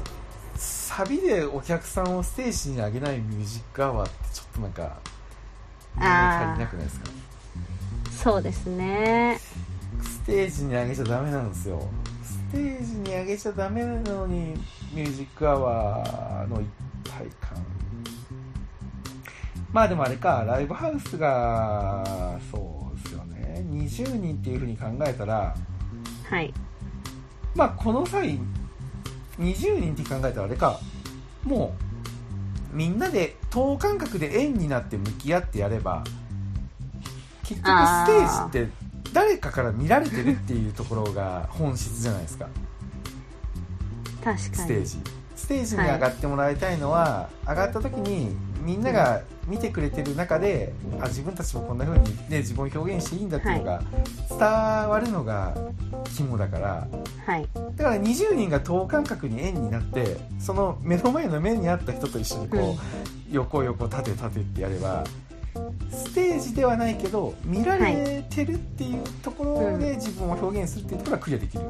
Speaker 1: サビでお客さんをステージに上げないミュージックアワーってちょっとなんか
Speaker 2: あー
Speaker 1: 足りなくないですか
Speaker 2: そうですね
Speaker 1: ステージに上げちゃダメなんですよステージに上げちゃダメなのにミュージックアワーの一体感まあでもあれかライブハウスがそうですよね20人っていうふうに考えたら
Speaker 2: はい
Speaker 1: まあこの際20人って考えたらあれかもうみんなで等間隔で円になって向き合ってやれば結局ステージって誰かから見られてるっていうところが本質じゃないですか
Speaker 2: 確か
Speaker 1: ステー
Speaker 2: に
Speaker 1: ジステージに上がってもらいたいのは、上がった時にみんなが見てくれてる中であ自分たちもこんな風にね自分を表現していいんだっていうのが伝わるのが肝だから。
Speaker 2: はい
Speaker 1: だから20人が等間隔に円になってその目の前の目にあった人と一緒にこう、横横縦縦ってやればステージではないけど見られてるっていうところで自分を表現するっていうところはクリアできる、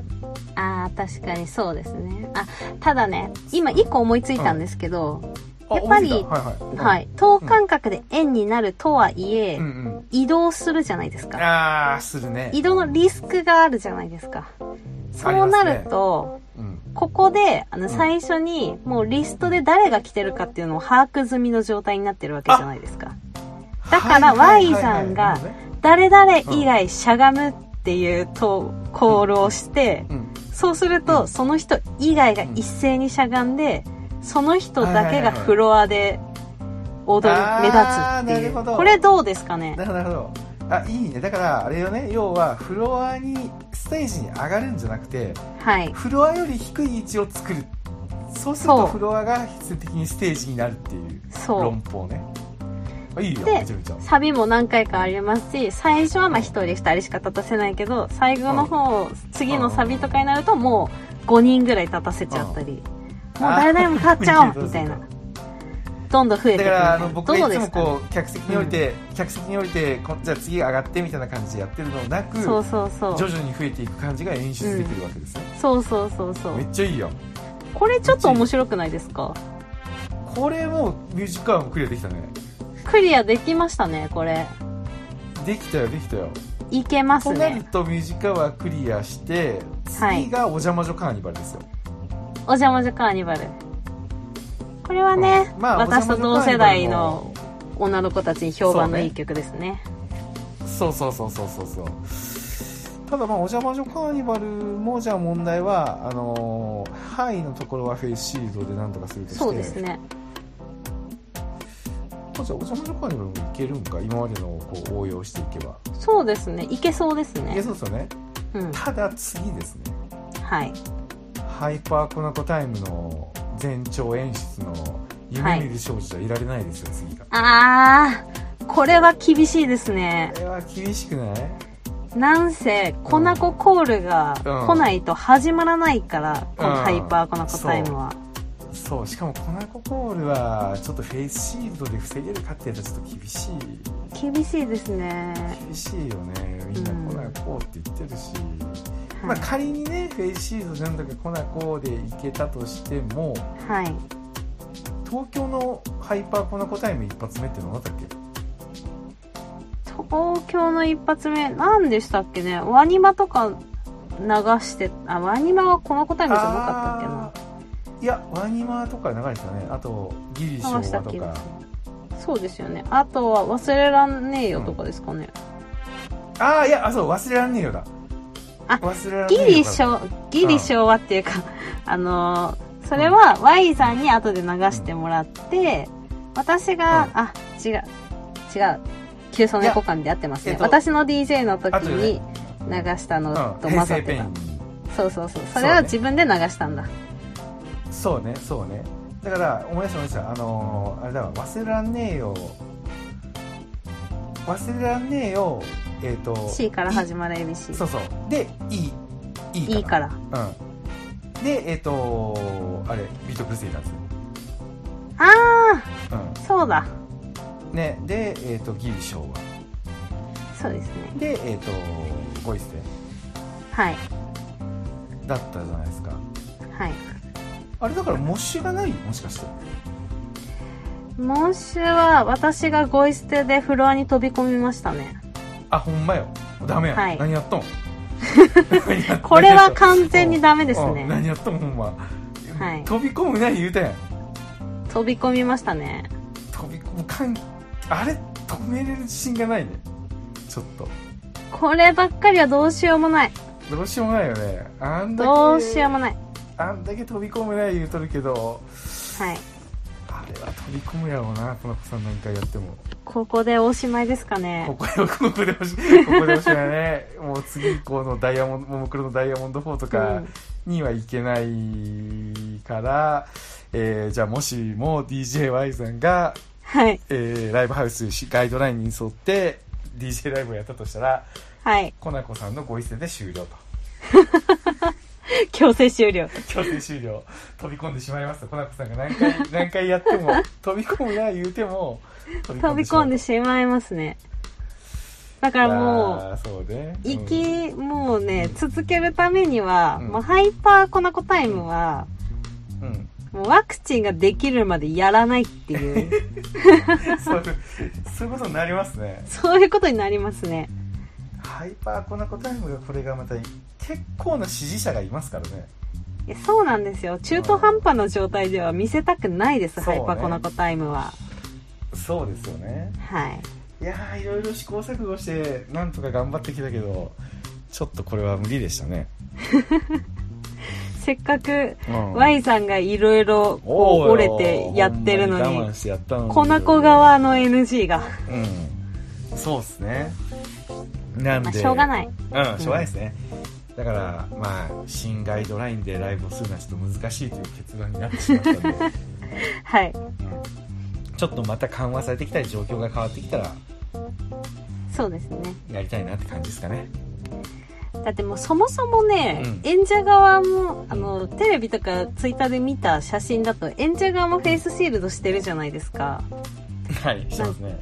Speaker 2: あー確かにそうですねあただね今一個思いついたんですけど、
Speaker 1: あ
Speaker 2: やっぱり
Speaker 1: 思いついたはいはい、
Speaker 2: はい等間隔で円になるとはいえ、
Speaker 1: うんうん
Speaker 2: 移動するじゃないですか
Speaker 1: ああするね
Speaker 2: 移動のリスクがあるじゃないですかそうなると、
Speaker 1: ありますね、うん
Speaker 2: ここであの
Speaker 1: ん
Speaker 2: 最初にもうリストで誰が来てるかっていうのを把握済みの状態になってるわけじゃないですかだか
Speaker 1: は
Speaker 2: ら
Speaker 1: いはい
Speaker 2: Y さんが
Speaker 1: はいはい
Speaker 2: 誰々以外しゃがむっていうとコールをして
Speaker 1: うん
Speaker 2: そうするとその人以外が一斉にしゃがんでその人だけがフロアで
Speaker 1: はいはいはいあー
Speaker 2: 踊る目立つって
Speaker 1: なる
Speaker 2: いう
Speaker 1: ほど
Speaker 2: これどうですかね
Speaker 1: なるほどなるほどあいいねだからあれよね要はフロアにステージに上がるんじゃなくて
Speaker 2: はい
Speaker 1: フロアより低い位置を作るそうする
Speaker 2: そ
Speaker 1: と
Speaker 2: う
Speaker 1: フロアが必然的にステージになるっていう
Speaker 2: そう
Speaker 1: 論法ねあいいよ
Speaker 2: で
Speaker 1: めちゃめちゃ
Speaker 2: サビも何回かありますし最初はまあ1人2人しか立たせないけど最後の方、次のサビとかになるともう5人ぐらい立たせちゃったり、もう誰々も立っちゃおうみたいなどんどん増えて
Speaker 1: だ
Speaker 2: い
Speaker 1: か
Speaker 2: く
Speaker 1: らあ
Speaker 2: みたい
Speaker 1: の
Speaker 2: な
Speaker 1: 僕
Speaker 2: ど
Speaker 1: が
Speaker 2: う
Speaker 1: いつ
Speaker 2: で
Speaker 1: も
Speaker 2: すかね
Speaker 1: こう客席に降りて、客席に降りてこじゃあ次上がってみたいな感じでやってるのなく
Speaker 2: そうそうそう
Speaker 1: 徐々に増えていく感じが演出できるわけですね、
Speaker 2: そうそうそうそ
Speaker 1: め
Speaker 2: う
Speaker 1: っちゃいいよ
Speaker 2: これちょっと面白くないですか
Speaker 1: これもうミュージックアワーもクリアできたね
Speaker 2: クリアできましたねこれ
Speaker 1: できたよできたよ
Speaker 2: いけます
Speaker 1: となる
Speaker 2: ね
Speaker 1: とミュージックアワークリアして
Speaker 2: はい
Speaker 1: 次がお邪魔女カーニバルですよ
Speaker 2: お邪魔女カーニバルこれはね、
Speaker 1: まあ
Speaker 2: 私と同世代の
Speaker 1: お
Speaker 2: 女の子たちに評判のいい曲ですね
Speaker 1: そうそうそうそうそうそうただまあお邪魔女カーニバルもじゃあ問題はあのーハイのところはフェイスシールドでなんとかするとして
Speaker 2: そうですね
Speaker 1: あじゃあお邪魔女カーニバルもいけるんか今までのをこう応用していけば
Speaker 2: そうですね。いけそうです
Speaker 1: いけ
Speaker 2: ね。
Speaker 1: そうですよね
Speaker 2: うん。
Speaker 1: ただ次ですね
Speaker 2: はい。
Speaker 1: ハイパーコナコタイムの前兆演出の夢見る少女はいられないですよ、次が
Speaker 2: あーこれは厳しいですね
Speaker 1: これは厳しくない
Speaker 2: なんせコナココールが
Speaker 1: うん
Speaker 2: 来ないと始まらないから、このハイパーコナコタイムは、
Speaker 1: そうしかもコナココールはちょっとフェイスシールドで防げるかっていうとちょっと厳しい
Speaker 2: 厳しいですね、
Speaker 1: 厳しいよねみんなコナコって言ってるし、ま
Speaker 2: は
Speaker 1: あ
Speaker 2: い
Speaker 1: 仮にねフェイスシールドじゃなくてコナコでいけたとしても
Speaker 2: はい、
Speaker 1: 東京のハイパーコナコタイム一発目ってのは何だったっけ
Speaker 2: 東京の一発目何でしたっけねワニマとか流してあワニマはコナコタイムじゃなかったっけな
Speaker 1: あーいやワニマとか流れてたねあとギリショーとか
Speaker 2: そうですよねあとは「忘れらんねえよ」とかですかね、
Speaker 1: ああいやあそう忘れらんねえよだ
Speaker 2: あ
Speaker 1: 忘れらんね
Speaker 2: ギ
Speaker 1: えよ
Speaker 2: リ昭ギリ昭和っていうかあのーそれは Y さんに後で流してもらって私が、
Speaker 1: うん
Speaker 2: あ違う違う急須猫館でやってます
Speaker 1: いや
Speaker 2: ね、
Speaker 1: えっと
Speaker 2: 私の DJ の時
Speaker 1: あとで
Speaker 2: に
Speaker 1: ね
Speaker 2: 流したの
Speaker 1: うん平
Speaker 2: と混ざっ
Speaker 1: 成ペ
Speaker 2: て
Speaker 1: イ
Speaker 2: た、
Speaker 1: ン
Speaker 2: そうそうそうそれは自分で流したんだ、
Speaker 1: そうねそうねだから思い出した思い出したあのーあれだわ忘れらんねえよ忘れらんねえよえっ、と
Speaker 2: C から始
Speaker 1: ま
Speaker 2: まる ABC
Speaker 1: そうそうでいいい
Speaker 2: いいから
Speaker 1: らうんでえっ、とあれビートクルセイダーズ
Speaker 2: あ
Speaker 1: う
Speaker 2: あそうだ
Speaker 1: んねでえっ、とギリ昭和
Speaker 2: そうですね
Speaker 1: でえっ、とボイスで
Speaker 2: はい
Speaker 1: だったじゃないですか
Speaker 2: はい
Speaker 1: あれだからモッシュがないもしかして
Speaker 2: 今週は私がゴイ捨てでフロアに飛び込みましたね
Speaker 1: あほんまよダメや、
Speaker 2: はい
Speaker 1: 何や っとん何やっとん
Speaker 2: これは完全にダメです
Speaker 1: うん
Speaker 2: ね
Speaker 1: 何やっとんほんま、
Speaker 2: はい
Speaker 1: 飛び込むない言うたやん
Speaker 2: 飛び込みましたね
Speaker 1: 飛び込むかんあれ止めれる自信がないねちょっと
Speaker 2: こればっかりはどうしようもない
Speaker 1: どうしようもないよねあんだけ
Speaker 2: どうしようもない
Speaker 1: あんだけ飛び込むない言うとるけど
Speaker 2: はい
Speaker 1: あれは飛び込むやろうなこの子さん何回やっても
Speaker 2: ここでおしまいですか
Speaker 1: こ
Speaker 2: ね
Speaker 1: こでここでおしここでおしまいだねもう次以降のダイヤモンドももクロのダイヤモンド4と
Speaker 2: う
Speaker 1: か
Speaker 2: ん
Speaker 1: にはいけないから、えーじゃあもしも DJY さんが
Speaker 2: はい
Speaker 1: えーライブハウスガイドラインに沿って DJ ライブをやったとしたら
Speaker 2: はい
Speaker 1: コナコさんのご一声で終了と
Speaker 2: 強制終了
Speaker 1: 強制終了飛び込んでしまいますとコナコさんが何 回何回やっても飛び込むな言うても飛
Speaker 2: 飛び込んで
Speaker 1: し
Speaker 2: しまいますねだか
Speaker 1: ま
Speaker 2: ら
Speaker 1: う
Speaker 2: もう
Speaker 1: いやーそうね
Speaker 2: 生
Speaker 1: うん
Speaker 2: き、もうね続けるためには、
Speaker 1: うん
Speaker 2: もうハイパーコナコタイムは、
Speaker 1: うん
Speaker 2: もうワクチンができるまでやらないっ ていう
Speaker 1: そういうそういうことになりますね
Speaker 2: そういうことになりますね
Speaker 1: ハイパーコナコタイムがこれがまた結構な支持者がいますからね
Speaker 2: いやそうなんですよ中途半端な状態では見せたくないです、
Speaker 1: そう
Speaker 2: ハ
Speaker 1: ね
Speaker 2: イパーコナコタイムは
Speaker 1: そうですよね
Speaker 2: はい
Speaker 1: いやーいろいろ試行錯誤してなんとか頑張ってきたけどちょっとこれは無理でしたね、
Speaker 2: せっかく
Speaker 1: うん、
Speaker 2: Y さんがいろいろこう折れてやってるの
Speaker 1: ほんま
Speaker 2: に
Speaker 1: 我慢してやったのに
Speaker 2: コナコ側の NG が、
Speaker 1: うんそうですねなん
Speaker 2: まあ、
Speaker 1: で
Speaker 2: しょうがない
Speaker 1: うんしょうがないですね、だからまあ新ガイドラインでライブをするのはちょっと難しいという結論になってしまった んで、
Speaker 2: はい
Speaker 1: うんちょっとまた緩和されてきたり状況が変わってきたら
Speaker 2: そうですね
Speaker 1: やりたいなって感じですかね
Speaker 2: だってもうそもそもね、
Speaker 1: うん
Speaker 2: 演者側もあのテレビとかツイッターで見た写真だと演者側もフェイスシールドしてるじゃないですか
Speaker 1: はいしてますね、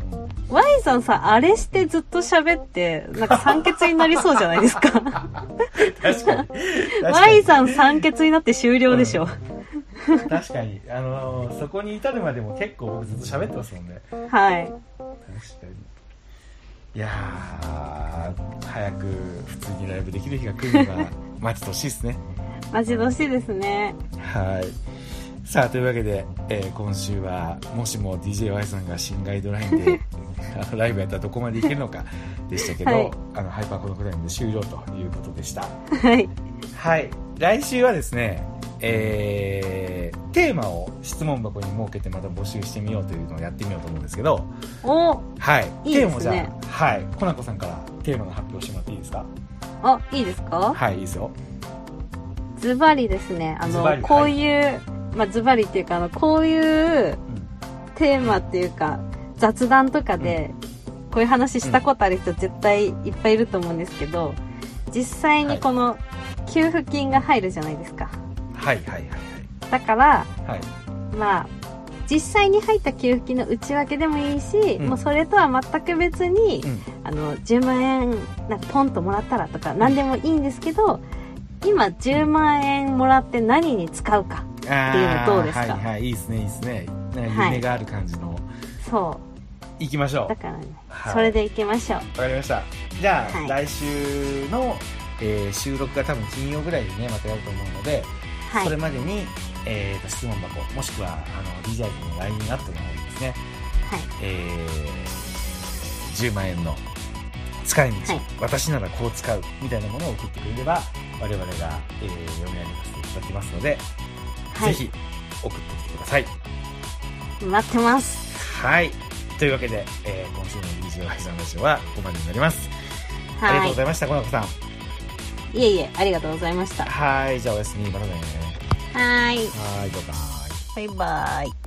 Speaker 2: Y さんさあれしてずっと喋ってなんか酸欠になりそうじゃない ですか
Speaker 1: 確かに
Speaker 2: Y さん酸欠になって終了でしょ、
Speaker 1: 確かに、あのーそこに至るまでも結構僕ずっと喋ってますもんね確
Speaker 2: はい
Speaker 1: かにいやー早く普通にライブできる日が来るのが待ち遠しいですね
Speaker 2: 待ち遠しいですね
Speaker 1: はいさあというわけで、えー今週はもしも DJY さんが新ガイドライン であのライブやったらどこまでいけるのかでしたけど、
Speaker 2: はい
Speaker 1: あのハイパーコのクライムで終了ということでした
Speaker 2: はい
Speaker 1: はい来週はですねえーテーマを質問箱に設けてまた募集してみようというのをやってみようと思うんですけど
Speaker 2: お
Speaker 1: はい
Speaker 2: いいですね
Speaker 1: テーマをじゃあはいコナコさんからテーマの発表してもらっていいですか
Speaker 2: あいいですか
Speaker 1: はいいいですよ
Speaker 2: ズバリですねあ
Speaker 1: ズバリ
Speaker 2: のこういうまあズバリっていうかあのこうい
Speaker 1: う
Speaker 2: う
Speaker 1: ん
Speaker 2: テーマっていうか雑談とかでこういう話したことある人絶対いっぱいいると思うんですけど実際にこの給付金が入るじゃないですか
Speaker 1: はいはいはい
Speaker 2: だから
Speaker 1: はいはい
Speaker 2: まあ実際に入った給付金の内訳でもいいし、
Speaker 1: ん
Speaker 2: もうそれとは全く別に、
Speaker 1: うん
Speaker 2: あの10万円なんかポンともらったらとか何でもいいんですけど今10万円もらって何に使うかっていうのどうですか
Speaker 1: あーはいはいいいですねいいですねなんか
Speaker 2: はい
Speaker 1: 夢がある感じの、
Speaker 2: そ
Speaker 1: 行きましょ
Speaker 2: うだからね、
Speaker 1: う、はい
Speaker 2: それでいきましょう
Speaker 1: わかりましたじゃあ、
Speaker 2: はい
Speaker 1: 来週の、えー収録が多分金曜ぐらいでねまたやると思うので、
Speaker 2: は
Speaker 1: それ
Speaker 2: い
Speaker 1: までに、えーと質問箱もしくはあの DJ の LINE アットの方にですね、えー10万円の使い道、
Speaker 2: はい
Speaker 1: 私ならこう使うみたいなものを送ってくれれば我々が、えー読み上げさせていただきますので、
Speaker 2: は
Speaker 1: ぜ
Speaker 2: い、
Speaker 1: ひ送ってきてください
Speaker 2: ひ待ってます
Speaker 1: はいというわけで、えー今週の DJ ワイズのラジオはここまでになります、ありが
Speaker 2: は
Speaker 1: とうございました小中さん
Speaker 2: いいえいえありがとうございましたは
Speaker 1: はいじゃあおやすみまたねは
Speaker 2: ーい
Speaker 1: いバイバイ
Speaker 2: バイバーイ